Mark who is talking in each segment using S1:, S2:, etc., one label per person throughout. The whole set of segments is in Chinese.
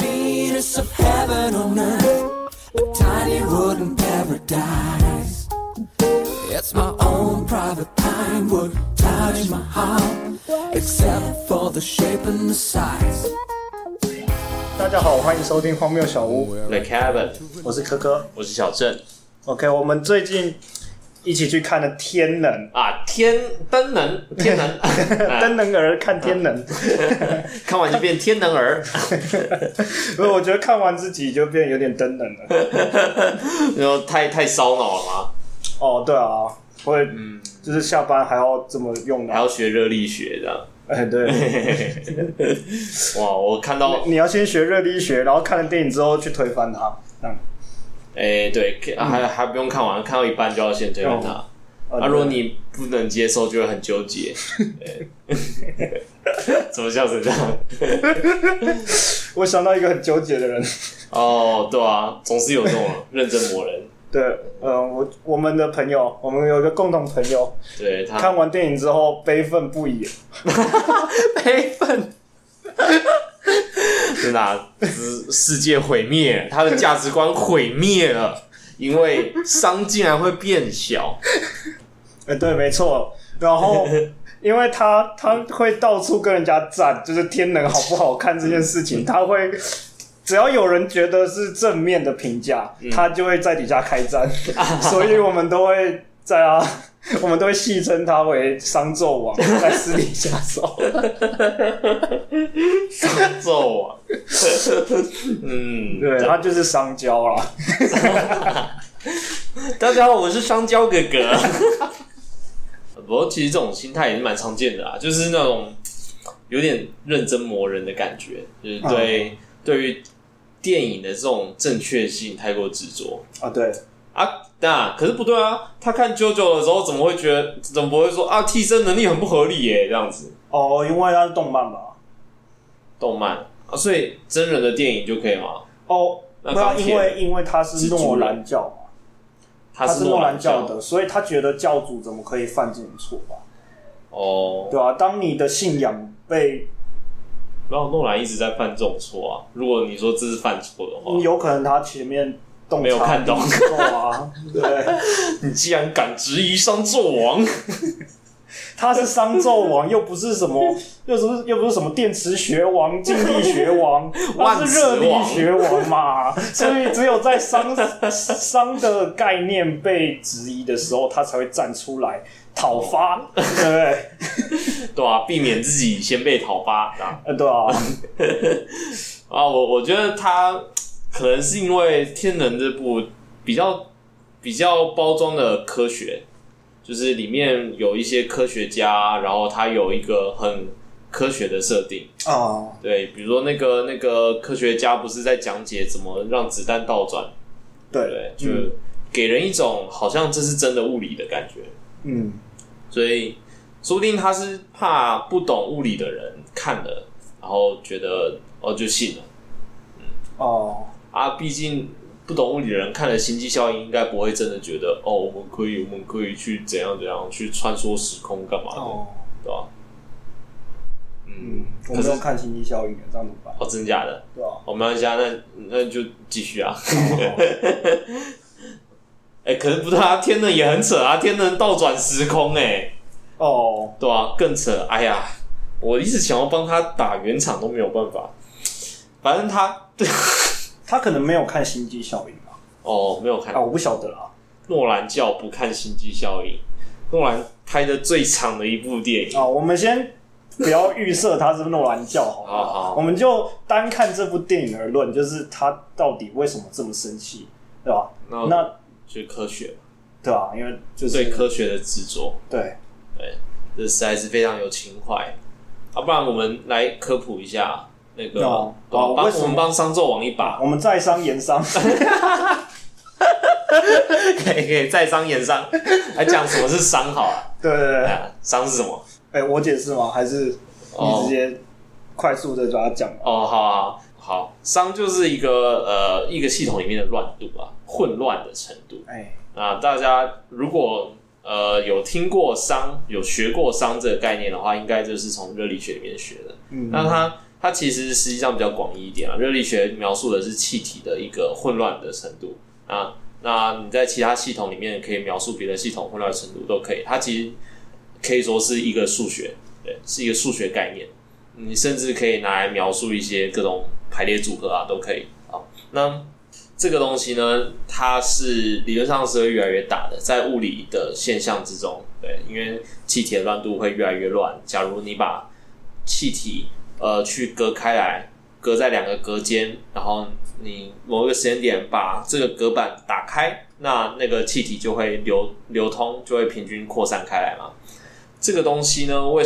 S1: kiss of heaven on earth, a tiny wooden paradise. It's my own private pine wood, cloud in my heart, except for the shape and the size.
S2: 大家好，欢迎收听荒谬小屋，
S3: The Cabin，
S2: 我是科科。
S3: 我是小郑
S2: OK，我们最近一起去看了《天能
S3: 啊，天 灯能天能，》，
S2: 登能儿看《天 能》
S3: 看完就变天能 儿，
S2: 所以我觉得看完自己就变得有点登能了。
S3: 然后太太烧脑了吗？
S2: 哦，对啊，我也就是下班还要这么用的。
S3: 还要学热力学 这样，
S2: 哎， 对，
S3: 哇，我看到，
S2: 你要先学热力学，然后看了电影之后去推翻它。嗯这样
S3: 哎、对，啊还还不用看完，看到一半就要先推翻它。
S2: 嗯哦
S3: 啊，如果你不能接受，就会很纠 结。对 怎么笑成这样？
S2: 我想到一个很纠结的人。
S3: 哦，对啊，总是有这种认真磨人。
S2: 对，嗯、我我们的朋友，我们有一个共同朋友，
S3: 对他
S2: 看完电影之后悲愤不已，
S3: 悲愤。 真的、啊，世世界毁灭了，他的价值观毁灭了，因为伤竟然会变小。
S2: 呃，对，没错。然后，因为他他会到处跟人家赞，就是天能好不好看这件事情，他会只要有人觉得是正面的评价，他就会在底下开战，所以我们都会在啊，我们都会戏称他为商纣王，在私底下说。
S3: 揍啊！ 嗯，
S2: 对，他就是商啊交啦。
S3: 大家好，我是香蕉哥哥。不过其实这种心态也是蛮常见的啊，就是那种有点认真磨人的感觉，就是对、对于电影的这种正确性太过执着。
S2: 啊，对，
S3: 啊，那可是不对啊！他看啾啾的时候，怎么会觉得，怎么不会说啊，替身能力很不合理耶？这样子，
S2: 哦，因为他是动漫吧？
S3: 动漫啊，所以真人的电影就可以吗？
S2: 哦，
S3: 那
S2: 没有，
S3: 钢铁
S2: 因为因为他是
S3: 蜘蛛人
S2: 诺兰教嘛，
S3: 他
S2: 他是
S3: 是
S2: 诺兰
S3: 兰
S2: 教的，所以他觉得教主怎么可以犯这种错啊吧？
S3: 哦，
S2: 对啊，当你的信仰被，
S3: 然后诺兰一直在犯这种错啊。如果你说这是犯错的话，
S2: 有可能他前面洞察
S3: 没有看懂
S2: 力不够 啊，对，
S3: 你既然敢质疑商纣王，
S2: 他是商纣王，又不是什 么，又不是又不是什么电磁学王、静力学王，他是
S3: 万磁
S2: 热
S3: 王
S2: 力学王嘛，所以只有在商 商的概念被质疑的时候，他才会站出来讨
S3: 哦
S2: 伐，对不对？
S3: 对啊，避免自己先被讨伐啊
S2: 呃，对啊，
S3: 啊！我我觉得他可能是因为《天能》这部比较比较包装的科学，就是里面有一些科学家，然后他有一个很科学的设定。
S2: 哦，
S3: 对，比如说那个那个科学家不是在讲解怎么让子弹倒转，
S2: 对，
S3: 对，就给人一种好像这是真的物理的感觉。
S2: 嗯，
S3: 所以说不定他是怕不懂物理的人看了，然后觉得哦就信了
S2: 哦，
S3: 啊，毕竟。不懂物理的人看了《星际效应》，应该不会真的觉得哦，我们可以，我们可以去怎样怎样去穿梭时空干嘛的，
S2: 哦，
S3: 对吧？
S2: 嗯
S3: 嗯，，
S2: 我
S3: 可
S2: 没
S3: 是
S2: 有看《星际效应》，这样怎么办？
S3: 哦，真的假的？
S2: 对啊。
S3: 我们要加，那那就继续啊。
S2: 哦
S3: 哎、可是不对啊，天能也很扯啊，天能倒转时空哎、
S2: 哦，
S3: 对啊，更扯。哎呀，我一直想要帮他打圆场都没有办法，反正他 对
S2: 他可能没有看《星际效应》吧？
S3: 哦，没有看
S2: 啊，我不晓得啦。
S3: 诺兰教不看《星际效应》，诺兰拍的最长的一部电影。
S2: 啊，我们先不要预设他是诺兰教好了，
S3: 好好
S2: 我们就单看这部电影而论，就是他到底为什么这么生气，对吧？
S3: 那
S2: 那
S3: 就科学，
S2: 对吧？因为就是
S3: 对科学的执着，
S2: 对
S3: 这实在是非常有情怀。啊，不然我们来科普一下那个，
S2: 哦
S3: 对吧
S2: 哦
S3: 帮、
S2: 为什么
S3: 我们帮商纣王一 把。
S2: 我们在商言 商，
S3: 可以可以，在商言商，来讲什么是商好了。
S2: 对对对。
S3: 哎
S2: 哎、
S3: 呀商是什么？
S2: 我解释吗？还是 你
S3: 哦
S2: 直接快速的把它讲完？
S3: 哦，好好好，商就是一个呃一个系统里面的乱度啊，混乱的程度
S2: 哎、
S3: 啊。大家如果呃有听过商，有学过商这个概念的话，应该就是从热力学里面学的。
S2: 嗯，
S3: 那它它其实实际上比较广义一点啊。热力学描述的是气体的一个混乱的程度啊。那你在其他系统里面可以描述别的系统混乱的程度都可以，它其实可以说是一个数学，对，是一个数学概念。你甚至可以拿来描述一些各种排列组合啊，都可以啊。那这个东西呢，它是理论上是会越来越大的，在物理的现象之中，对，因为气体的乱度会越来越乱。假如你把气体呃去隔开来，隔在两个隔间，然后你某一个时间点把这个隔板打开，那那个气体就会流流通，就会平均扩散开来嘛。这个东西呢，为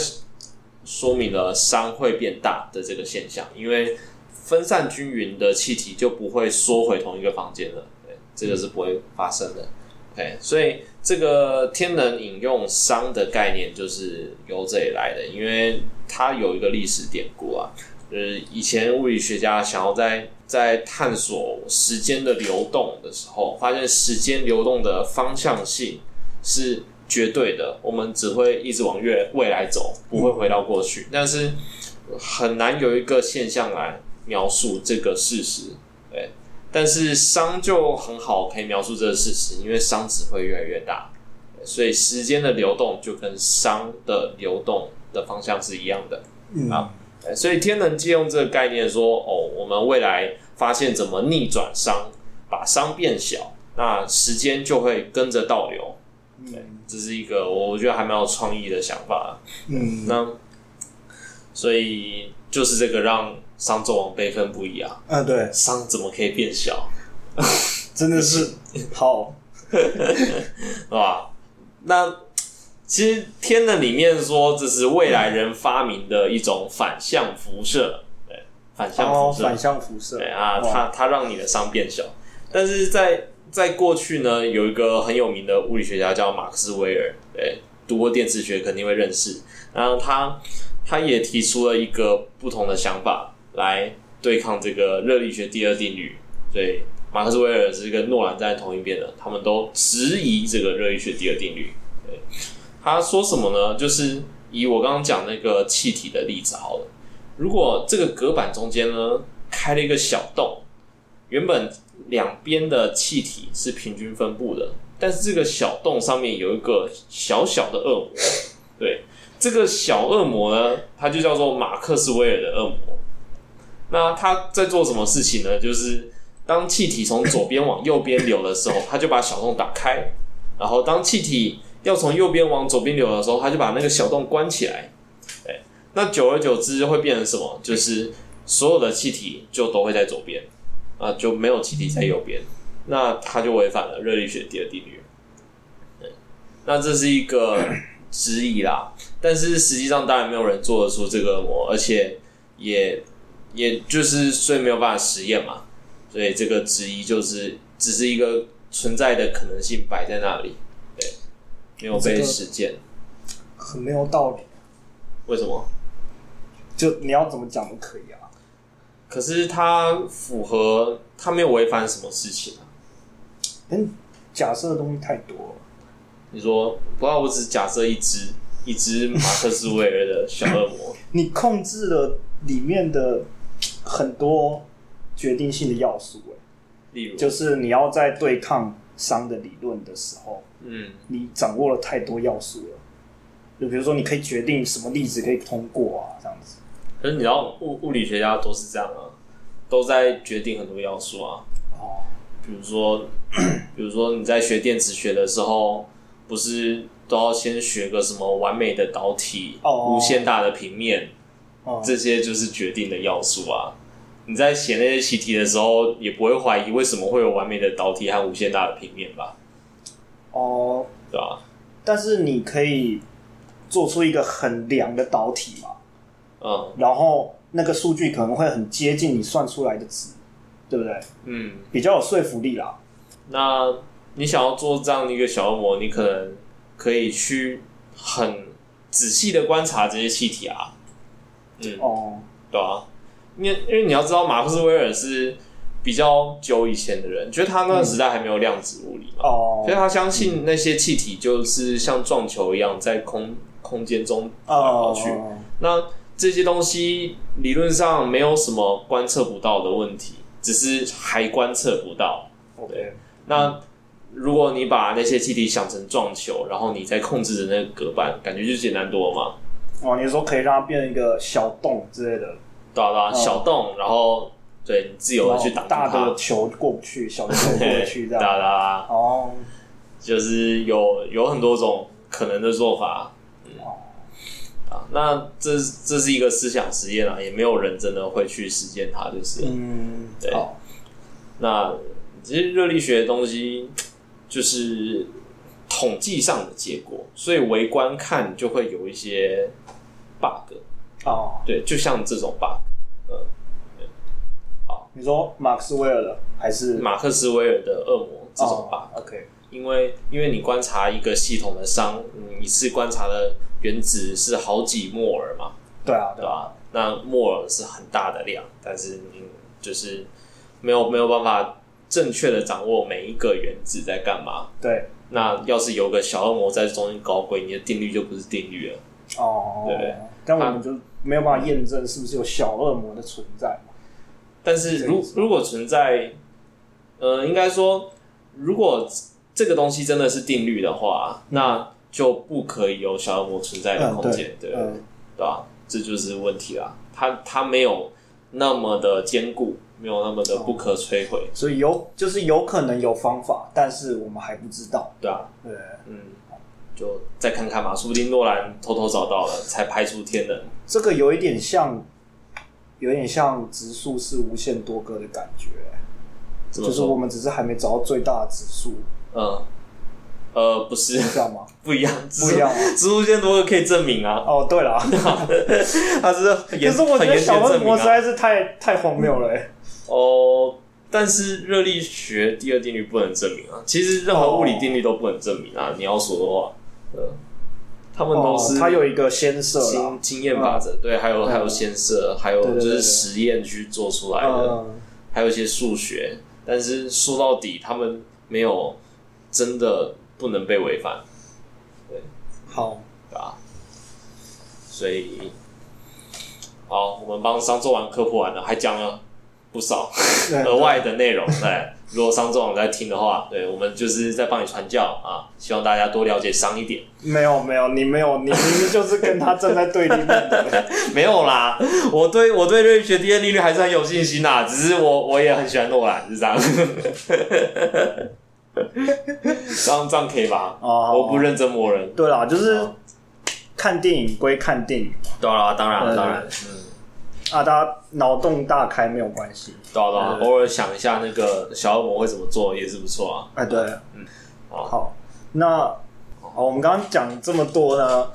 S3: 说明了山会变大的这个现象，因为分散均匀的气体就不会缩回同一个房间了，对，这个是不会发生的。OK，所以这个天能引用商的概念就是由这里来的，因为它有一个历史典故啊，就是以前物理学家想要在在探索时间的流动的时候，发现时间流动的方向性是绝对的，我们只会一直往越未来走，不会回到过去，但是很难有一个现象来描述这个事实，对。但是商就很好可以描述这个事实，因为商只会越来越大，所以时间的流动就跟商的流动的方向是一样的。
S2: 嗯
S3: 好呃所以天能借用这个概念说，哦，我们未来发现怎么逆转商，把商变小，那时间就会跟着倒流。对，这是一个我我觉得还蛮有创意的想法。
S2: 嗯，
S3: 那所以就是这个让商纣王悲愤不已啊，
S2: 啊，对，
S3: 商怎么可以变小？
S2: 真的是好，
S3: 是吧？那其实天的里面说这是未来人发明的一种反向辐射，对，反
S2: 然
S3: 向
S2: 后
S3: 辐射，
S2: 哦反向辐射
S3: 对啊，
S2: 哇
S3: 它它让你的伤变小。但是在在过去呢，有一个很有名的物理学家叫马克斯韦尔，对，读过电磁学肯定会认识。然后他他也提出了一个不同的想法来对抗这个热力学第二定律。所以马克斯韦尔是跟诺兰站在同一边的，他们都质疑这个热力学第二定律。对，他说什么呢？就是以我刚刚讲那个气体的例子好了。如果这个隔板中间呢开了一个小洞，原本两边的气体是平均分布的，但是这个小洞上面有一个小小的恶魔，对，这个小恶魔呢，它就叫做马克斯韦尔的恶魔。那他在做什么事情呢？就是当气体从左边往右边流的时候，他就把小洞打开；然后当气体要从右边往左边流的时候，他就把那个小洞关起来。那久而久之会变成什么？就是所有的气体就都会在左边，啊，就没有气体在右边，那它就违反了热力学第二定律。对那这是一个质疑啦，但是实际上当然没有人做得出这个膜，而且也也就是所以没有办法实验嘛，所以这个质疑就是只是一个存在的可能性摆在那里，对，没有
S2: 这
S3: 被
S2: 个
S3: 实践，
S2: 很没有道理。
S3: 为什么？
S2: 就你要怎么讲都可以啊，
S3: 可是它符合，它没有违反什么事情啊。
S2: 嗯，假设的东西太多了。
S3: 你说，不要，我只假设一只一只马克思韦尔的小 恶魔，
S2: 你控制了里面的很多决定性的要素、欸，
S3: 例如，
S2: 就是你要在对抗商的理论的时候，
S3: 嗯
S2: 你掌握了太多要素了。就比如说，你可以决定什么例子可以通过啊，这样子。
S3: 可是你知道物物理学家都是这样啊，都在决定很多要素啊。
S2: 哦，
S3: 比如说， 比如说你在学电磁学的时候，不是都要先学个什么完美的导体、
S2: 哦
S3: 无限大的平面，
S2: 哦、
S3: 这些就是决定的要素啊。你在写那些习题的时候，也不会怀疑为什么会有完美的导体和无限大的平面吧？
S2: 哦，
S3: 对吧？
S2: 但是你可以做出一个很凉的导体嘛，
S3: 嗯
S2: 然后那个数据可能会很接近你算出来的值，对不对？
S3: 嗯，
S2: 比较有说服力啦。
S3: 那你想要做这样的一个小恶魔，你可能可以去很仔细的观察这些气体啊，嗯，
S2: 哦，
S3: 对啊，因为因为你要知道，马克斯韦尔是比较久以前的人，就是他那个时代还没有量子物理嘛，
S2: 哦
S3: 所以，他相信那些气体就是像撞球一样在空空间中跑来跑去。
S2: 哦，
S3: 那这些东西理论上没有什么观测不到的问题，只是还观测不到。
S2: OK，
S3: 那如果你把那些气体想成撞球，然后你再控制着那个隔板，感觉就简单多了嘛。
S2: 哦，你说可以让它变成一个小洞之类的，
S3: 对啊对啊，
S2: 嗯
S3: 小洞，然后对你自由的去
S2: 然后
S3: 挡住
S2: 哦大
S3: 它
S2: 的球过不去，小的球过不去这
S3: 对啊
S2: 样。
S3: 对啊，
S2: 哦，
S3: 就是有有很多种可能的做法。嗯，啊，那这这是一个思想实验啊，也没有人真的会去实践它，就是。
S2: 嗯，
S3: 对
S2: 好，
S3: 那其实热力学的东西就是统计上的结果，所以围观看就会有一些 bug，
S2: 哦，
S3: 对，就像这种 bug。
S2: 你说马克斯韦尔的还是
S3: 马克思韦尔的恶魔这种 bug，、
S2: 哦？OK，
S3: 因为因为你观察一个系统的熵，你一次观察的原子是好几摩尔嘛，
S2: 对啊，
S3: 对
S2: 对啊，
S3: 吧？那摩尔是很大的量，但是你就是没有没有办法正确的掌握每一个原子在干嘛。
S2: 对，
S3: 那要是有个小恶魔在中间搞鬼，你的定律就不是定律了。
S2: 哦，
S3: 对，
S2: 但我们就没有办法验证是不是有小恶魔的存在嘛。
S3: 但是
S2: 这
S3: 如
S2: 个意思
S3: 如果存在，呃，应该说，如果这个东西真的是定律的话，那就不可以有小恶魔存在的
S2: 嗯，
S3: 空间
S2: 对，，
S3: 对
S2: 嗯，
S3: 对吧？这就是问题啦。它它没有那么的坚固，没有那么的不可摧毁，
S2: 所以有就是有可能有方法，但是我们还不知道。
S3: 对吧？
S2: 对，
S3: 嗯，就再看看嘛，说不定诺兰偷偷找到了，才排除天能。
S2: 这个有一点像，有点像植数是无限多个的感觉，
S3: 怎么
S2: 就是我
S3: 说？
S2: 们只是还没找到最大的指数，
S3: 嗯，呃，不是。
S2: 知道吗？
S3: 不一样，
S2: 不一样吗
S3: 植物线多个可以证明啊，
S2: 哦，对了，
S3: 它是
S2: 可
S3: 严
S2: 是我觉
S3: 很
S2: 得
S3: 严谨
S2: 小
S3: 的
S2: 恶
S3: 证明
S2: 魔实
S3: 啊。
S2: 在
S3: 嗯
S2: 是太太荒谬了、欸。
S3: 哦，但是热力学第二定律不能证明啊，其实任何物理定律都不能证明啊。你要说的话，呃，他们都是
S2: 哦哦它有一个先设啦嗯
S3: 经，经验法则，对，还有还有先设，还有
S2: 对对
S3: 就
S2: 对
S3: 是
S2: 对
S3: 实验去做出来的，
S2: 嗯，
S3: 还有一些数学，但是说到底，他们没有真的不能被违反。
S2: 好，
S3: 对吧？所以，好，我们帮商纣王科普完了，还讲了不少
S2: 对
S3: 额外的内容。对，如果商纣王在听的话，对我们就是在帮你传教啊，希望大家多了解商一点。
S2: 没有没有，你没有，你明明就是跟他站在对立面的。
S3: 没有啦，我对我对瑞学第二利率还是很有信心啦，只是我我也很喜欢诺兰，是这样。 这样这样可以吧？
S2: 哦
S3: 我不认真摸人。
S2: 对啦，就是
S3: 哦
S2: 看电影归看电影
S3: 对啦，当然
S2: 对
S3: 当然，
S2: 对
S3: 嗯。
S2: 啊，大家脑洞大开没有关系。
S3: 对啊对啊，偶尔想一下那个小恶魔会怎么做也是不错啊。
S2: 哎，对，
S3: 嗯，好
S2: 好，那好，我们刚刚讲这么多呢，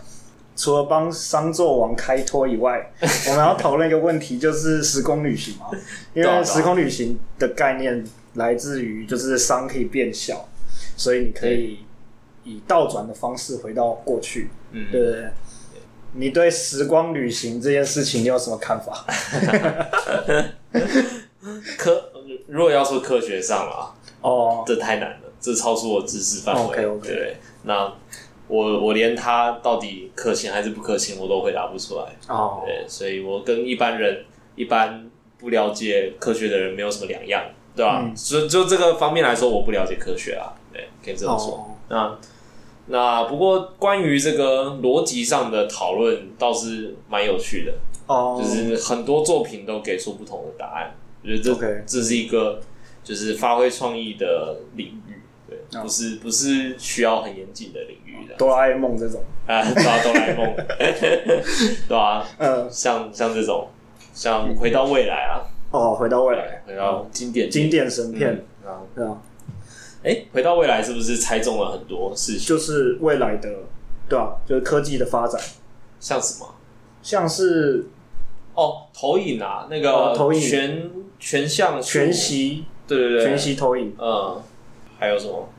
S2: 除了帮商纣王开脱以 外，我们要讨论一个问题，就是时空旅行嘛，因
S3: 对啊对啊
S2: 为时空旅行的概念来自于就是商可以变小，所以你可以以倒转的方式回到过去，
S3: 嗯，
S2: 对不对？你对时光旅行这件事情你有什么看 法？
S3: 科如果要说科学上啊，
S2: 哦，
S3: 这太难了，这超出我知识范围。
S2: OK，OK
S3: 对，那我我连它到底可行还是不可行，我都回答不出来。
S2: 哦，
S3: 对，所以我跟一般人、一般不了解科学的人没有什么两样，对吧、
S2: 嗯
S3: 所以就这个方面来说，我不了解科学啊，对，可以这么说。
S2: 哦
S3: 那那不过关于这个逻辑上的讨论倒是蛮有趣的，
S2: 哦，
S3: 就是很多作品都给出不同的答案，我觉得这
S2: OK
S3: 这是一个就是发挥创意的领域，对，
S2: 哦
S3: 不是不是需要很严谨的领域的
S2: 哆啦 A 梦这种，
S3: 啊，对啊，哆啦 A 梦， 对啊，
S2: 嗯、
S3: 像像这种，像回到未来啊，
S2: 哦，回到未来。
S3: 对，回到经典
S2: 经典神片
S3: 嗯，啊，
S2: 对啊，
S3: 哎，回到未来是不是猜中了很多事情？
S2: 就是未来的，对啊，就是科技的发展，
S3: 像什么？
S2: 像是
S3: 哦，投影啊，那
S2: 哦
S3: 个
S2: 投影
S3: 全全像素
S2: 全，息、
S3: 对对对，
S2: 全，息投影，
S3: 嗯，还有什么？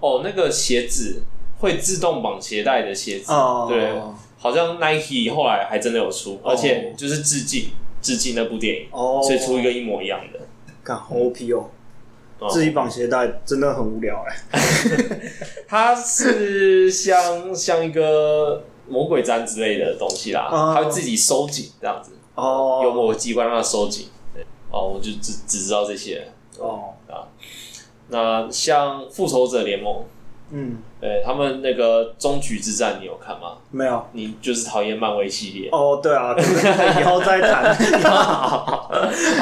S3: 哦，那个鞋子会自动绑鞋带的鞋子，
S2: 哦
S3: 对，好像 Nike 后来还真的有出，而且就是致敬致敬那部电影，
S2: 哦，
S3: 所以出一个一模一样的。
S2: 看好 OP 哦，
S3: 哦
S2: 自己绑鞋带真欸的很无聊哎，
S3: 它是像像一个魔鬼毡之类的东西啦，
S2: 哦
S3: 它会自己收紧这样子，有
S2: 哦
S3: 某个机关让它收紧。对，哦，我就只只知道这些
S2: 哦，
S3: 啊。那像复仇者联盟，
S2: 嗯，
S3: 对他们那个终局之战，你有看吗？
S2: 没有。
S3: 你就是讨厌漫威系列，
S2: 哦，对啊，这个以后再谈。
S3: 好，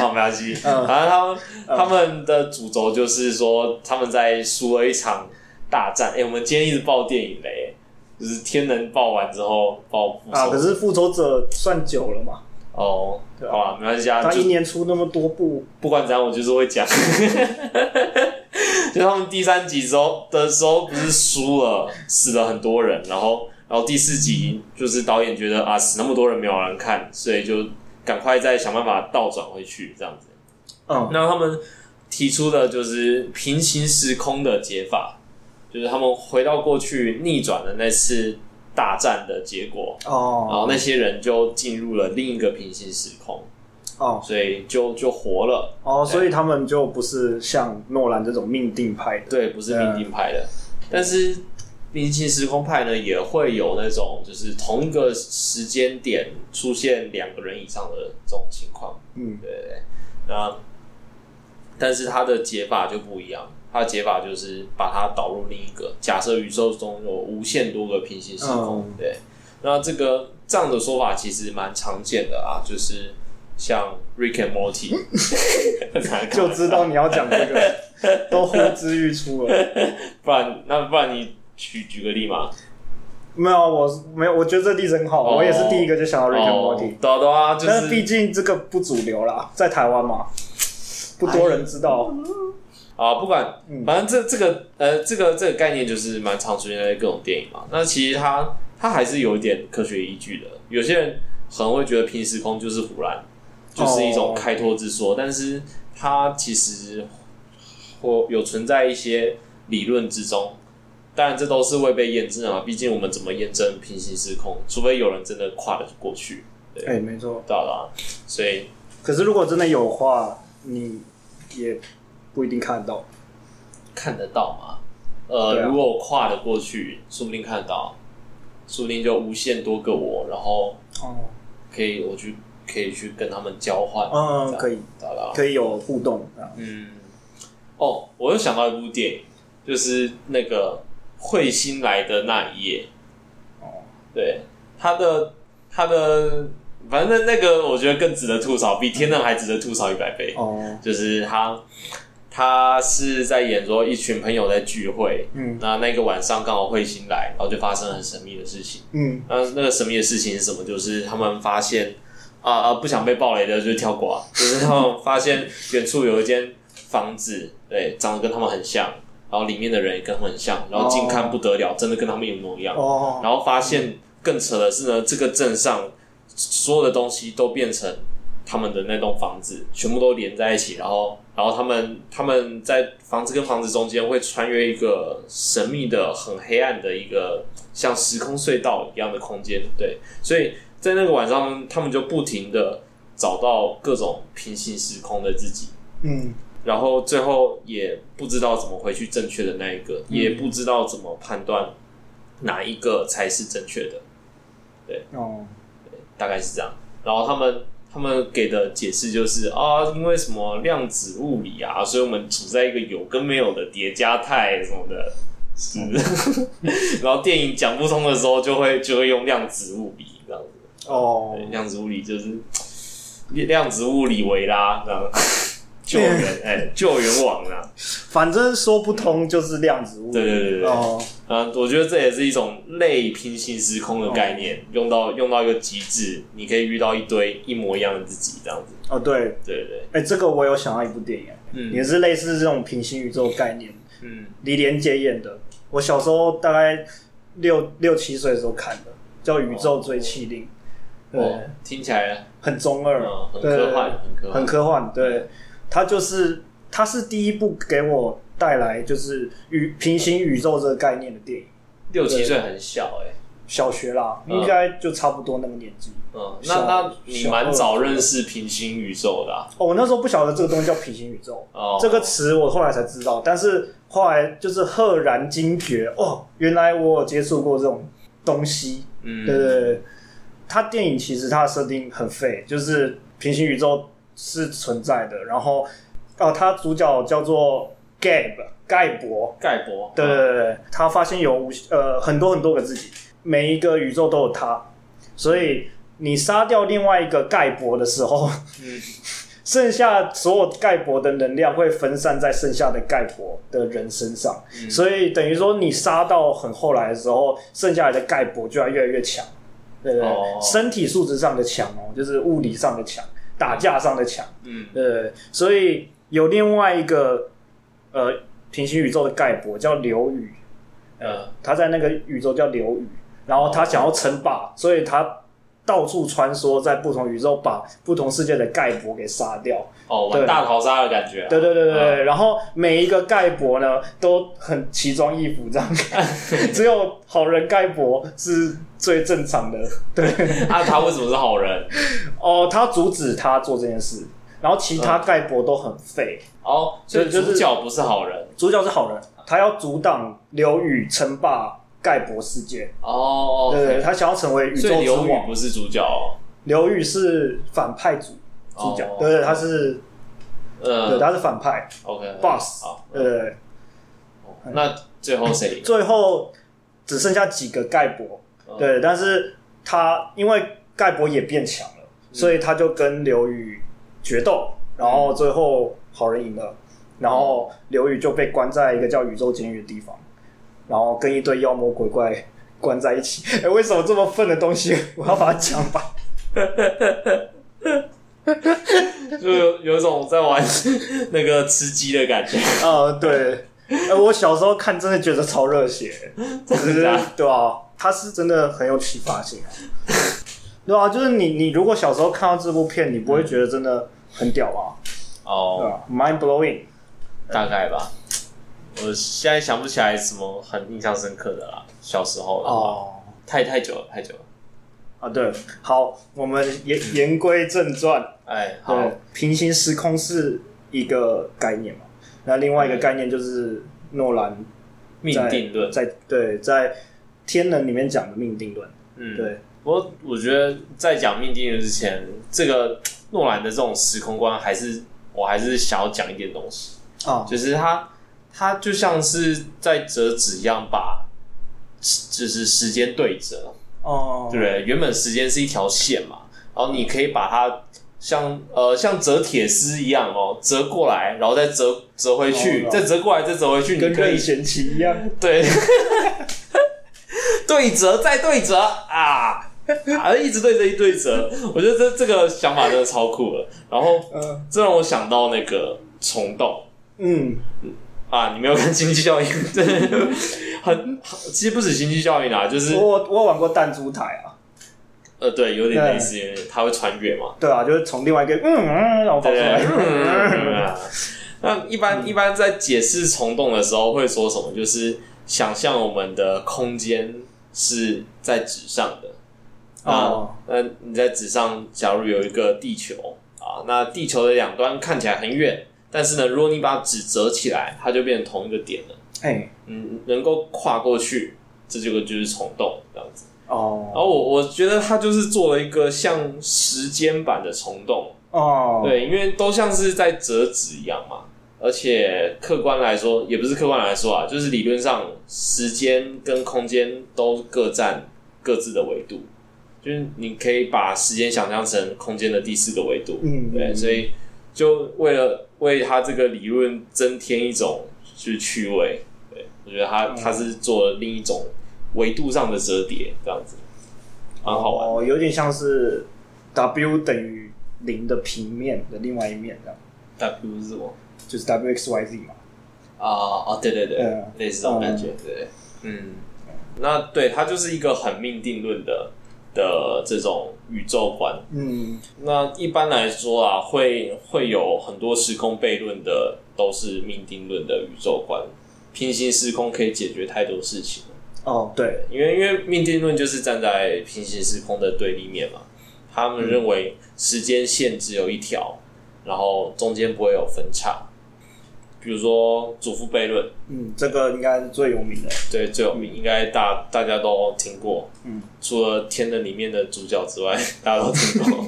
S3: 没关系。
S2: 嗯
S3: 反正他们、他们的主轴就是说，他们在输了一场大战。哎、我们今天一直爆电影嘞，就是天能爆完之后爆复仇、
S2: 啊，可是复仇者算久了嘛，
S3: 哦，
S2: 对啊
S3: 好吧，没关系啊。
S2: 他
S3: 就
S2: 一年出那么多部，
S3: 不管怎样，我就是会讲。 就他们第三集之后的时候，不是输了，死了很多人，然后然后第四集就是导演觉得啊，死那么多人没有人看，所以就赶快再想办法倒转回去这样子。
S2: 嗯，
S3: 那他们提出的就是平行时空的解法，就是他们回到过去逆转的那次大战的结果，然
S2: 哦
S3: 后那些人就进入了另一个平行时空，
S2: 哦
S3: 所以就就活了。
S2: 哦，所以他们就不是像诺兰这种命定派的。
S3: 对，不是
S2: 对啊
S3: 命定派的，但是平行时空派呢也会有那种就是同一个时间点出现两个人以上的这种情况。
S2: 嗯，
S3: 对对对，那但是它的解法就不一样，它的解法就是把它导入另一个假设宇宙中有无限多个平行时空，
S2: 嗯
S3: 对。那这个这样的说法其实蛮常见的啊，就是像 Rick and Morty，
S2: 就知道你要讲这个， 都呼之欲出了。
S3: 不然那不然你举举个例嘛，
S2: 没有，啊我没有，我觉得这例子很好，
S3: 哦
S2: 我也是第一个就想到 Rick and
S3: 哦
S2: Morty，、，
S3: 对啊对啊，就
S2: 但是毕
S3: 是
S2: 竟这个不主流啦，在台湾嘛，不多人知道。
S3: 啊，不管
S2: 嗯
S3: 反正这这个呃，这个这个概念就是蛮常出现在各种电影嘛。那其实它它还是有一点科学依据的。有些人可能会觉得平时空就是胡乱，就是一种
S2: 哦
S3: 开拓之说，但是它其实或有存在一些理论之中。当然，这都是未被验证啊。毕竟我们怎么验证平行时空？除非有人真的跨得过去，
S2: 哎、没错。
S3: 对吧？所以
S2: 可是如果真的有话，你也不一定看得到。
S3: 看得到吗？呃，
S2: 对啊
S3: 如果我跨得过去，说不定看得到，说不定就无限多个我，然后
S2: 哦，
S3: 可以我去可以去跟他们交换，
S2: 嗯，可
S3: 以，
S2: 以，
S3: 知道吧？
S2: 可以有互动啊。
S3: 嗯，哦，我又想到一部电影，就是那个彗星来的那一夜，
S2: 哦，
S3: 对，他的他的，反正那个我觉得更值得吐槽，比天能还值得吐槽一百倍。
S2: 哦，
S3: 就是他，他是在演说一群朋友在聚会，
S2: 嗯
S3: 那那个晚上刚好彗星来，然后就发生了很神秘的事情。
S2: 嗯，
S3: 那那个神秘的事情是什么？就是他们发现啊啊，不想被暴雷的就跳过啊，就是他们发现远处有一间房子，对，长得跟他们很像，然后里面的人也跟他们很像，然后近看不得了，真的跟他们一模一样。
S2: 哦，
S3: 然后发现更扯的是呢，这个镇上所有的东西都变成他们的那栋房子，全部都连在一起。然后，然后他们他们在房子跟房子中间会穿越一个神秘的、很黑暗的一个像时空隧道一样的空间。对，所以在那个晚上，他们就不停的找到各种平行时空的自己。
S2: 嗯，
S3: 然后最后也不知道怎么回去正确的那一个，也不知道怎么判断哪一个才是正确的，
S2: 哦，
S3: 大概是这样。然后他们他们给的解释就是啊，因为什么量子物理啊，所以我们处在一个有跟没有的叠加态什么的。是， 然后电影讲不通的时候，就会就会用量子物理这样子。
S2: 哦
S3: 对，量子物理就是量子物理维拉这样救援，哎、救援网啊。
S2: 反正说不通就是量子物理。
S3: 对对对对
S2: 哦，
S3: 嗯，我觉得这也是一种类平行时空的概念，
S2: 哦
S3: 用到用到一个极致，你可以遇到一堆一模一样的自己，这样子。
S2: 哦，对，
S3: 对对对，
S2: 哎、这个我有想到一部电影，啊
S3: 嗯
S2: 也是类似这种平行宇宙概念。
S3: 嗯，
S2: 李连杰演的，我小时候大概六六七岁的时候看的，叫《宇宙追气令》，
S3: 哦
S2: 对，，
S3: 听起来
S2: 很中二
S3: 嗯，很，
S2: 对
S3: 科幻，很科幻，嗯
S2: 很科幻，对，它就是它是第一部给我带来就是宇平行宇宙这个概念的电影，
S3: 六七岁很小哎、
S2: 小学啦，
S3: 嗯
S2: 应该就差不多那个年纪。
S3: 嗯，那
S2: 小
S3: 那你
S2: 小
S3: 蛮
S2: 二
S3: 早认识平行宇宙的啊、
S2: 哦，我那时候不晓得这个东西叫平行宇宙，
S3: 哦，
S2: 这个词我后来才知道，但是后来就是赫然惊觉，哦，原来我有接触过这种东西。
S3: 嗯，
S2: 对对对，它电影其实它的设定很废，就是平行宇宙是存在的，然后哦，它主角叫做 Gab 盖博，
S3: 盖博，
S2: 对对对对，他发现有无呃很多很多个自己，每一个宇宙都有他，所以你杀掉另外一个盖博的时候，
S3: 嗯，
S2: 剩下所有盖博的能量会分散在剩下的盖博的人身上，
S3: 嗯
S2: 所以等于说你杀到很后来的时候，剩下来的盖博就要越来越强，对不对？
S3: 哦
S2: 身体素质上的强哦，就是物理上的强，打架上的强，
S3: 嗯
S2: 对不对？所以有另外一个呃平行宇宙的盖博叫刘宇，
S3: 呃，
S2: 他在那个宇宙叫刘宇，然后他想要称霸，所以他到处穿梭在不同宇宙，把不同世界的盖博给杀掉。
S3: 哦，玩
S2: 对
S3: 大逃杀的感觉啊，
S2: 对对对对
S3: 嗯
S2: 对，然后每一个盖博呢都很奇装异服这样，只有好人盖博是最正常的。
S3: 啊，他为什么是好 人？
S2: 哦，他阻止他做这件事，然后其他盖博都很废。
S3: 哦，所以
S2: 对就是
S3: 主角不是好人
S2: 主角是好人，他要阻挡刘宇称霸盖博世界，
S3: 哦，
S2: 对对，
S3: OK
S2: 他想要成为宇
S3: 所以
S2: 宙之
S3: 刘
S2: 王
S3: 宇。不是主角哦，
S2: 刘宇是反派主主角
S3: 哦，
S2: 对，他是对，
S3: 嗯
S2: 他是反派
S3: OK
S2: boss，呃
S3: 好，
S2: 对，
S3: 哦那最后谁赢？
S2: 最后只剩下几个盖博，
S3: 嗯
S2: 对，但是他因为盖博也变强了，所以他就跟刘宇决斗，然后最后好人赢了，然后刘宇就被关在一个叫宇宙监狱的地方，然后跟一堆妖魔鬼怪关在一起。 哎、为什么这么笨的东西 我要把它讲完？
S3: 就有有一种在玩 那个吃鸡的感觉，
S2: 呃，对，呃，我小时候看真的觉得超热血，只
S3: 真的
S2: 是
S3: 假的
S2: 对啊，它是真的很有启发性啊。 对啊，就是你你如果小时候看到这部片，你不
S3: 嗯
S2: 会觉得真的很屌啊，对
S3: 哦，
S2: 吧？Mind blowing。
S3: 大概吧。我现在想不起来什么很印象深刻的啦，小时候的
S2: 哦
S3: 话，太太久了，太久了。
S2: 啊，对，好，我们言言归正传。
S3: 哎，好
S2: 对，，平行时空是一个概念嘛，那另
S3: 嗯
S2: 外一个概念就是诺兰
S3: 命
S2: 在
S3: 定论，
S2: 在对在《天能》里面讲的命定论，
S3: 嗯，
S2: 对，
S3: 不过我觉得在讲命定论之前，这个诺兰的这种时空观，还是我还是想要讲一点东西，
S2: 啊，
S3: 就是他他就像是在折纸一样把，就是时间对折，
S2: 哦，
S3: 对不对？原本时间是一条线嘛，然后你可以把它像呃像折铁丝一样哦，折过来，然后再折折回去，
S2: 哦
S3: 再折过来，再折回去，
S2: 跟
S3: 你可以
S2: 任贤齐一样。
S3: 对， 对折再对折啊，啊，一直对折一对折，我觉得这这个想法真的超酷了。然后
S2: 嗯
S3: 这让我想到那个虫洞
S2: 嗯，
S3: 啊，你没有看《经济效应》 真的很，其实不止《经济效应》啊，就是
S2: 我我玩过弹珠台啊，
S3: 呃，对，有点类似，有点它会穿越嘛，
S2: 对啊，就是从另外一个嗯嗯，然后跑出
S3: 对。嗯
S2: 来，
S3: 啊 那一般一般在解释虫洞的时候会说什么？就是想象我们的空间是在纸上的，啊
S2: 哦，
S3: 那你在纸上，假如有一个地球啊，那地球的两端看起来很远，但是呢，如果你把纸折起来，它就变成同一个点了。
S2: 哎
S3: 嗯，能够跨过去，这这个就是虫洞这样子。然
S2: 哦
S3: 后我我觉得它就是做了一个像时间版的虫洞，
S2: 哦，
S3: 对，因为都像是在折纸一样嘛。而且客观来说，也不是客观来说啊，就是理论上，时间跟空间都各占各自的维度，就是你可以把时间想象成空间的第四个维度，
S2: 嗯
S3: 对，所以就为了为他这个理论增添一种就是趣味，对我觉得他
S2: 嗯
S3: 他是做了另一种维度上的折叠，这样子，蛮好玩的。
S2: 哦，有点像是 W 等于零的平面的另外一面这样，
S3: W 是什么？
S2: 就是 W X Y Z 嘛，
S3: 啊哦，对对对，
S2: 嗯
S3: 类似这种感觉，对，嗯，那对它就是一个很命定论的的这种宇宙观。
S2: 嗯
S3: 那一般来说啊，会会有很多时空悖论的，都是命定论的宇宙观。平行时空可以解决太多事情了，
S2: 哦对，
S3: 因为因为命定论就是站在平行时空的对立面嘛，他们认为时间线只有一条，然后中间不会有分叉。比如说祖父悖论，
S2: 嗯，这个应该是最有名的。
S3: 对，最有名应该大大家都听过，
S2: 嗯，
S3: 除了《天人》里面的主角之外， 大家都 听过。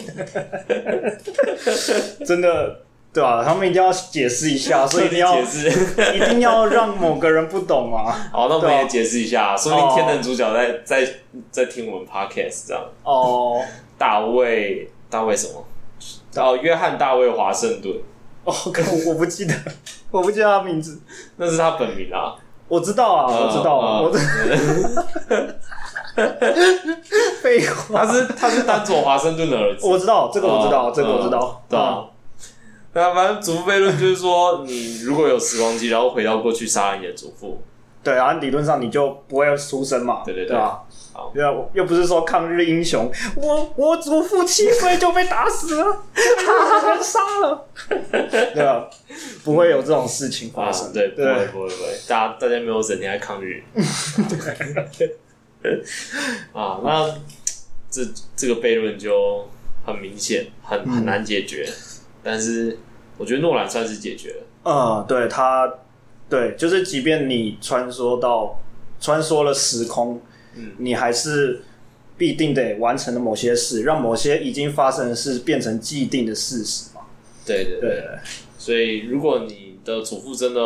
S2: 真的，对吧、他们一定要解释一 下，啊所以一定要
S3: 解释。
S2: 一定要让某个人不懂嘛。
S3: 好，那我们
S2: 对啊
S3: 也解释一下，说明天人主角在在在听我们 podcast 这样。
S2: 哦
S3: 大卫，大卫什么？哦，约翰·大卫·华盛顿，
S2: 哦，靠我不记得，我不记得他名字。
S3: 那是他本名啊。
S2: 我知道啊，我知道啊，
S3: 嗯
S2: 我这 废话，
S3: 他是他是丹佐·华盛顿的儿子。
S2: 我知道这个我知道，
S3: 嗯
S2: 这个我知
S3: 嗯
S2: 道，
S3: 对啊。那反正祖父悖论就是说，你如果有时光机，然后回到过去杀了你的祖父，
S2: 对啊，理论上你就不会出生嘛，
S3: 对对对
S2: 啊
S3: 好。
S2: 对啊，又不是说抗日英雄，我我祖父七岁就被打死了， 哈哈，杀了，对啊，不会有这种事情发
S3: 啊
S2: 生，，
S3: 对，不
S2: 对
S3: 会不会不会，大家大家没有整天在抗日。 啊，那这这个悖论就很明显，很
S2: 嗯
S3: 很难解决。但是我觉得诺兰算是解决了。
S2: 嗯，对他，对，就是即便你穿梭到穿梭了时空，
S3: 嗯
S2: 你还是必定得完成了某些事，让某些已经发生的事变成既定的事实嘛。
S3: 对对
S2: 对，
S3: 对，所以如果你的祖父真的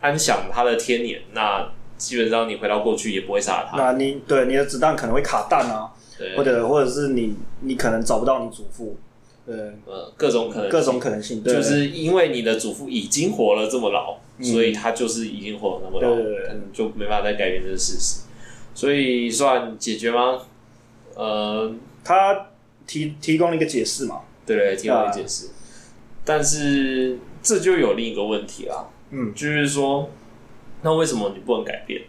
S3: 安享他的天年，那基本上你回到过去也不会杀他。
S2: 那你对你的子弹可能会卡弹啊，
S3: 对，
S2: 或者或者是你你可能找不到你祖父，对，
S3: 呃各种可能，
S2: 各种可能性，对嗯
S3: 就是因为你的祖父已经活了这么老，所以他就是已经活了那么老，
S2: 对对对
S3: 嗯就没办法再改变这个事实。所以算解决吗？呃，
S2: 他提提供了一个解释嘛，
S3: 对对，听我解
S2: 啊
S3: 释。但是这就有另一个问题啦，
S2: 嗯
S3: 就是说，那为什么你不能改变？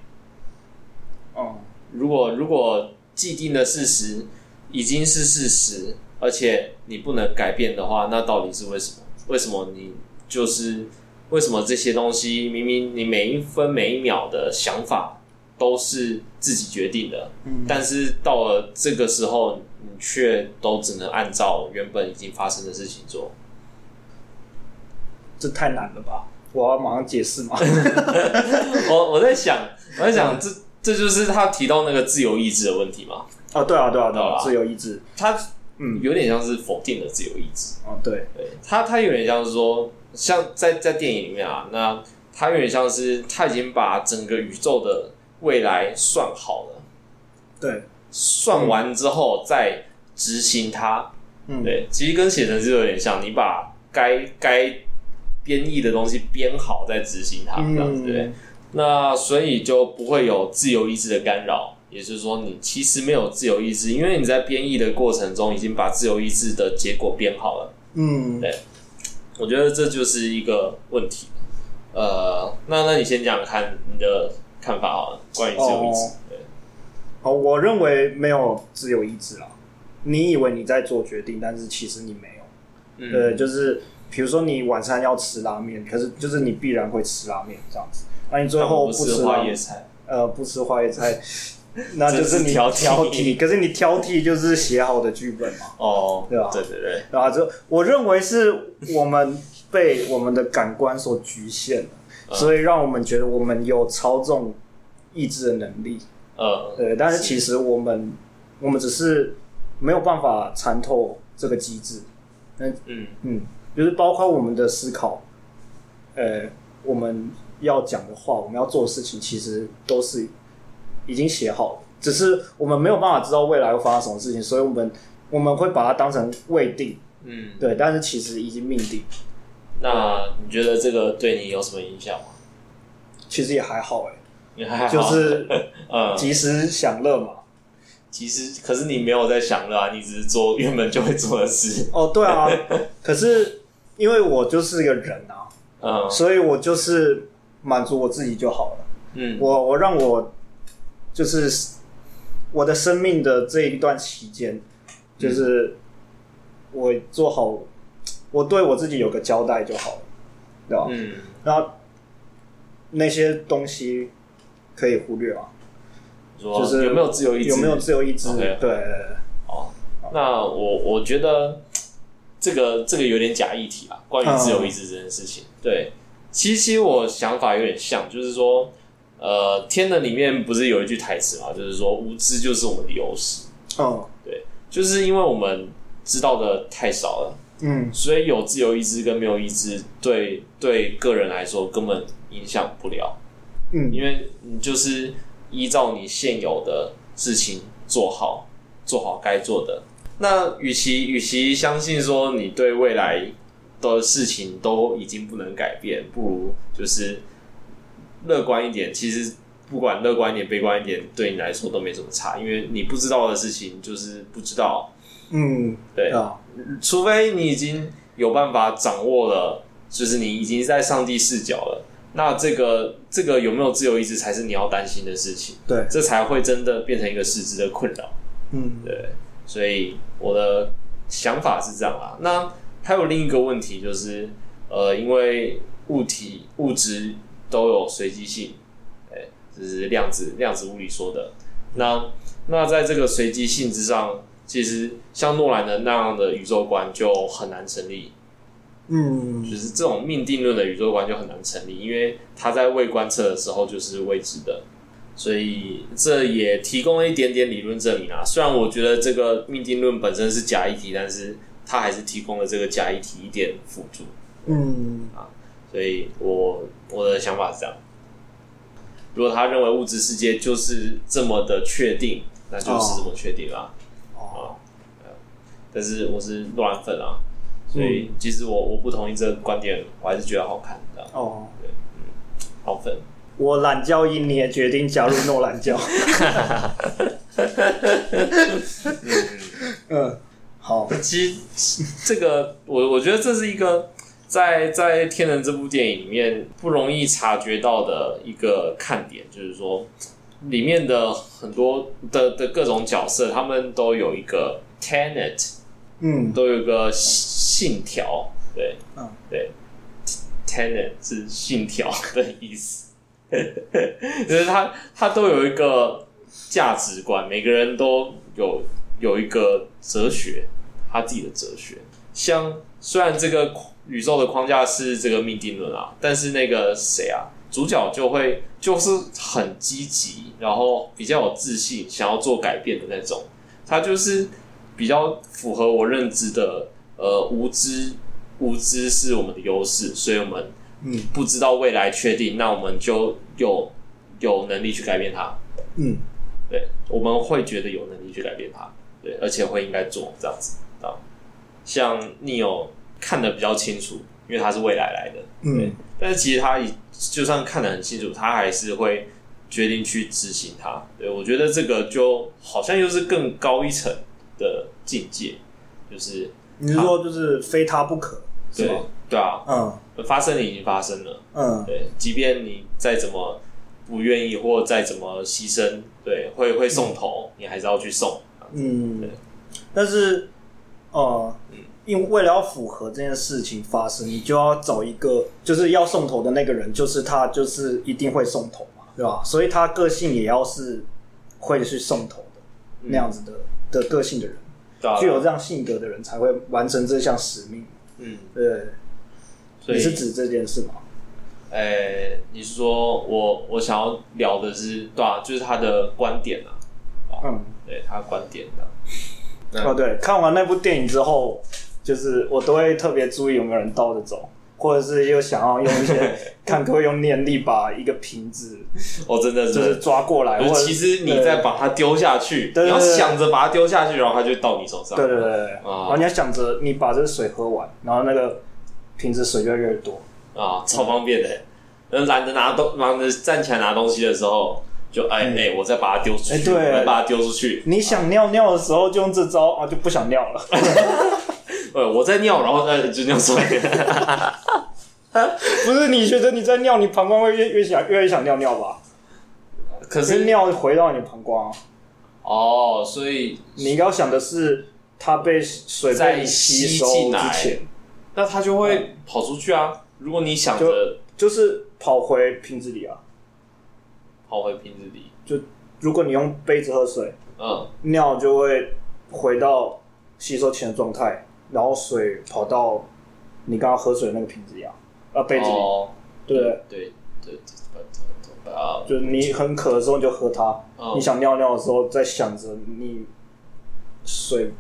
S2: 哦、
S3: 如果如果既定的事实已经是事实，而且你不能改变的话，那到底是为什么？为什么你就是为什么这些东西明明你每一分每一秒的想法都是自己决定的，
S2: 嗯
S3: 但是到了这个时候，你却都只能按照原本已经发生的事情做。
S2: 这太难了吧？我要马上解释嘛，
S3: 我我在想，我在想，这这就是他提到那个自由意志的问题嘛？
S2: 哦，对啊，对啊，对
S3: 好
S2: 啊，
S3: 啦
S2: 自由意志，
S3: 他
S2: 嗯，
S3: 有点像是否定了自由意志。
S2: 哦，对，
S3: 对他，他有点像是说，像在在电影里面啊，那他有点像是他已经把整个宇宙的未来算好了，
S2: 对，
S3: 算完之后再执行它。
S2: 嗯，
S3: 对，其实跟写程式有点像，你把该该编译的东西编好再执行它，
S2: 嗯
S3: 这样子对。那所以就不会有自由意志的干扰，也就是说，你其实没有自由意志，因为你在编译的过程中已经把自由意志的结果编好了。
S2: 嗯，
S3: 对我觉得这就是一个问题。呃，那那你先讲看你的看法好了，关于自由意志。
S2: 哦好，我认为没有自由意志啦。你以为你在做决定，但是其实你没有。
S3: 对，
S2: 对，就是比如说你晚餐要吃拉面，可是就是你必然会吃拉面这样子。那你最
S3: 最
S2: 后
S3: 不
S2: 吃
S3: 是
S2: 拉
S3: 花椰菜，
S2: 呃不吃花椰 菜，那就
S3: 这是
S2: 你
S3: 挑
S2: 挑
S3: 剔
S2: 剔。可是你挑剔就是写好的剧本嘛，
S3: 哦，
S2: 对啊吧
S3: 对对对，
S2: 对吧？就我认为是我们被我们的感官所局限
S3: 嗯
S2: 了，所以让我们觉得我们有操纵意志的能力。
S3: 呃，
S2: 对，但是其实我们我们只是没有办法参透这个机制，
S3: 嗯
S2: 嗯，就是包括我们的思考，呃，我们要讲的话，我们要做的事情，其实都是已经写好了，只是我们没有办法知道未来会发生什么事情，所以我们我们会把它当成未定，
S3: 嗯，
S2: 对，但是其实已经命定，
S3: 那你觉得这个对你有什么影响吗？
S2: 其实也还好哎、
S3: 你还好
S2: 就是
S3: 呃，
S2: 及时享乐嘛。
S3: 其实可是你没有在享乐啊，你只是做原本就会做的事。
S2: 哦，对啊，可是因为我就是个人啊，
S3: 嗯
S2: 所以我就是满足我自己就好了。
S3: 嗯
S2: 我我让我就是我的生命的这一段期间，就是我做好我对我自己有个交代就好了，对吧？
S3: 嗯，
S2: 然后那些东西可以忽略啊，
S3: 你说
S2: 就是
S3: 有没有自由意志？
S2: 有没有自由意志？
S3: OK
S2: 对，
S3: 哦，那我我觉得这个这个有点假议题啊，关于自由意志这件事情。对，其实其实我想法有点像，就是说，呃，天能里面不是有一句台词嘛，就是说无知就是我们的优势，
S2: 哦，
S3: 就是因为我们知道的太少了，
S2: 嗯
S3: 所以有自由意志跟没有意志对对个人来说根本影响不了，
S2: 嗯
S3: 因为你就是依照你现有的事情做好，做好该做的。那与其与其相信说你对未来的事情都已经不能改变，不如就是乐观一点。其实不管乐观一点、悲观一点，对你来说都没什么差，因为你不知道的事情就是不知道。
S2: 嗯，
S3: 对，
S2: 啊，
S3: 除非你已经有办法掌握了，就是你已经在上帝视角了，那这个这个有没有自由意志才是你要担心的事情，
S2: 对，
S3: 这才会真的变成一个实质的困扰。
S2: 嗯
S3: 对，所以我的想法是这样啦。那还有另一个问题就是，呃，因为物体物质都有随机性，哎，这是量子量子物理说的。那那在这个随机性之上，其实像诺兰的那样的宇宙观就很难成立，
S2: 嗯
S3: 就是这种命定论的宇宙观就很难成立，因为它在未观测的时候就是未知的，所以这也提供了一点点理论证明啊。虽然我觉得这个命定论本身是假议题，但是它还是提供了这个假议题一点辅助，
S2: 嗯
S3: 所以我我的想法是这样。如果他认为物质世界就是这么的确定，那就是这么确定啦。呃
S2: 哦，
S3: 但是我是诺兰粉啊，所以即使我我不同意这个观点，我还是觉得好看的，
S2: 哦，
S3: 好粉。
S2: 我懒觉因你也决定加入诺懒 觉，嗯，好，
S3: 其实这个，我我觉得这是一个在在《天人》这部电影里面不容易察觉到的一个看点，就是说里面的很多的的各种角色，他们都有一个 tenet，
S2: 嗯
S3: 都有一个信条，对，
S2: 嗯
S3: 对，tenet 是信条的意思， 就是他他都有一个价值观，每个人都有有一个哲学，他自己的哲学。像虽然这个宇宙的框架是这个命定论啊，但是那个谁啊，主角就会就是很积极，然后比较有自信，想要做改变的那种。他就是比较符合我认知的，呃，无知无知是我们的优势，所以我们
S2: 嗯
S3: 不知道未来确定，那我们就有有能力去改变它。
S2: 嗯
S3: 对，我们会觉得有能力去改变它，对，而且会应该做这样子啊。像 n e o 看得比较清楚，因为他是未来来的，
S2: 嗯
S3: 但是其实他已就算看得很清楚，他还是会决定去执行它。对我觉得这个就好像又是更高一层的境界，就是
S2: 你是说就是非他不可，是
S3: 对
S2: 吗？
S3: 对啊，
S2: 嗯
S3: 发生的已经发生了，
S2: 嗯
S3: 对，即便你再怎么不愿意或再怎么牺牲，对，会会送头，你还是要去送。
S2: 嗯
S3: 对，
S2: 但是呃，因为为了要符合这件事情发生，你就要找一个就是要送头的那个人，就是他，就是一定会送头嘛，对
S3: 嗯
S2: 吧？所以他个性也要是会去送头的
S3: 嗯
S2: 那样子的、的个性的人，
S3: 对啊
S2: 具有这样性格的人才会完成这项使命。
S3: 嗯，
S2: 对，
S3: 所以
S2: 你是指这件事吗？
S3: 呃、你是说我我想要聊的是对啊，就是他的观点啊，
S2: 嗯，
S3: 对他的观点啊的、嗯
S2: 哦，对，看完那部电影之后，就是我都会特别注意有没有人倒着走，或者是又想要用一些 看可不可以用念力把一个瓶子
S3: 哦，真的是，
S2: 就是抓过来，
S3: 不
S2: 或
S3: 是
S2: 者
S3: 其实你在把它丢下去，
S2: 对对
S3: 你要
S2: 对对
S3: 想着把它丢下去，然后它就到你手上。
S2: 对对对对，对
S3: 啊
S2: 然后你要想着你把这水喝完，然后那个瓶子水就越来越多。
S3: 啊，超方便的。呃懒得拿东，懒得站起来拿东西的时候，就哎哎、我再把它丢出去，
S2: 哎对
S3: 我再把它丢出去。
S2: 你想尿尿的时候就用这招啊，就不想尿了。
S3: 呃，我在尿，然后呃就尿出来。
S2: 不是你觉得你在尿，你膀胱会越越想越来越想尿尿吧？
S3: 可
S2: 可是
S3: 是
S2: 尿回到你膀胱啊，
S3: 哦，所以
S2: 你应该要想的是它被水
S3: 再
S2: 被吸
S3: 吸
S2: 收
S3: 进
S2: 之
S3: 来
S2: 前，
S3: 那它就会跑出去啊。如果你想着
S2: 就就是跑回瓶子里啊。
S3: 跑回瓶子里，
S2: 就如果你用杯子喝水，
S3: 嗯，
S2: 尿就会回到吸收前的状态，然后水跑到你刚刚喝水的那个瓶子一样，啊杯子里。
S3: 哦，
S2: 对，
S3: 对对，对啊，
S2: 就是你很渴的时候你就喝它，
S3: 嗯
S2: 你想尿尿的时候在想着你水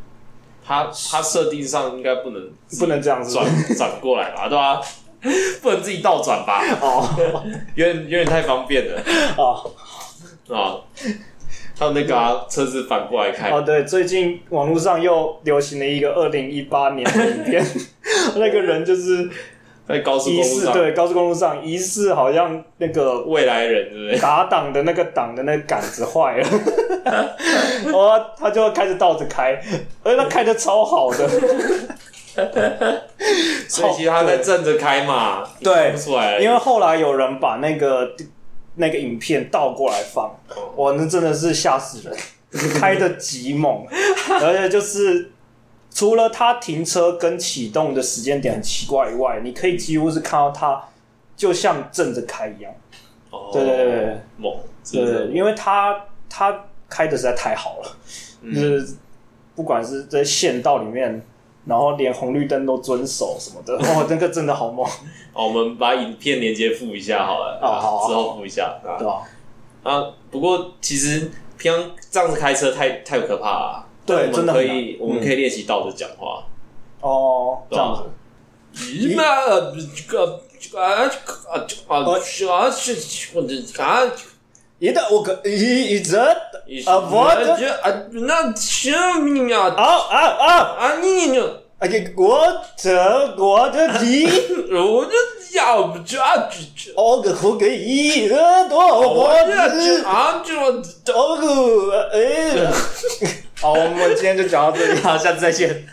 S3: 它它设定上应该不能
S2: 不能这样子
S3: 转 转过来吧，对吧、 不能自己倒转吧，
S2: 哦
S3: 有点有点太方便了
S2: 哦
S3: 啊。还有那个啊，车子反过来开，
S2: 哦，对，最近网络上又流行了一个二零一八年的影 片，那个人就是
S3: 在高速
S2: 疑
S3: 公路
S2: 似
S3: 上，
S2: 对高速公路上疑似好像那个
S3: 未来人对不对？
S2: 打档的那个档的那个杆子坏 了，然后他就开始倒着开，而且他开的超好的，
S3: 所以其实他在正着开嘛，
S2: 对
S3: 看不出来，
S2: 因为后来有人把那个那个影片倒过来放，哇，那真的是吓死 人，开的极猛，而且就是除了他停车跟启动的时间点很奇怪以外，你可以几乎是看到他就像正着开一样，
S3: 哦
S2: 对对对对，
S3: 猛，是不
S2: 对，
S3: 是？
S2: 因为他他开的实在太好了，
S3: 嗯
S2: 就是不管是在县道里面，然后连红绿灯都遵守什么的，哦，那个真的好猛，
S3: 哦，我们把影片连接附一下好了，
S2: 哦好啊
S3: 之后附一下啊
S2: 对吧？
S3: 啊。不过其实平常这样子开车太太可怕了，啊
S2: 对
S3: 但我
S2: 真的
S3: 们
S2: 很
S3: 可
S2: 难嗯
S3: 以我们可以练习倒着讲话，
S2: 哦，这
S3: 对吧
S2: 样子，
S3: 咦嘛呃这个啊啊啊啊是我这啊，
S2: 一的我可一一则
S3: 啊
S2: 啊我的
S3: 啊那什么
S2: 啊
S3: 呀
S2: 啊啊
S3: 啊你呢？
S2: 啊！给我这我的 一，
S3: 我这要不这
S2: 哦
S3: 这
S2: 我个我个一耳朵哦我
S3: 我这
S2: 这
S3: 啊这我
S2: 哦 我个哎，好，我们今天就讲到这里，好，下次再见。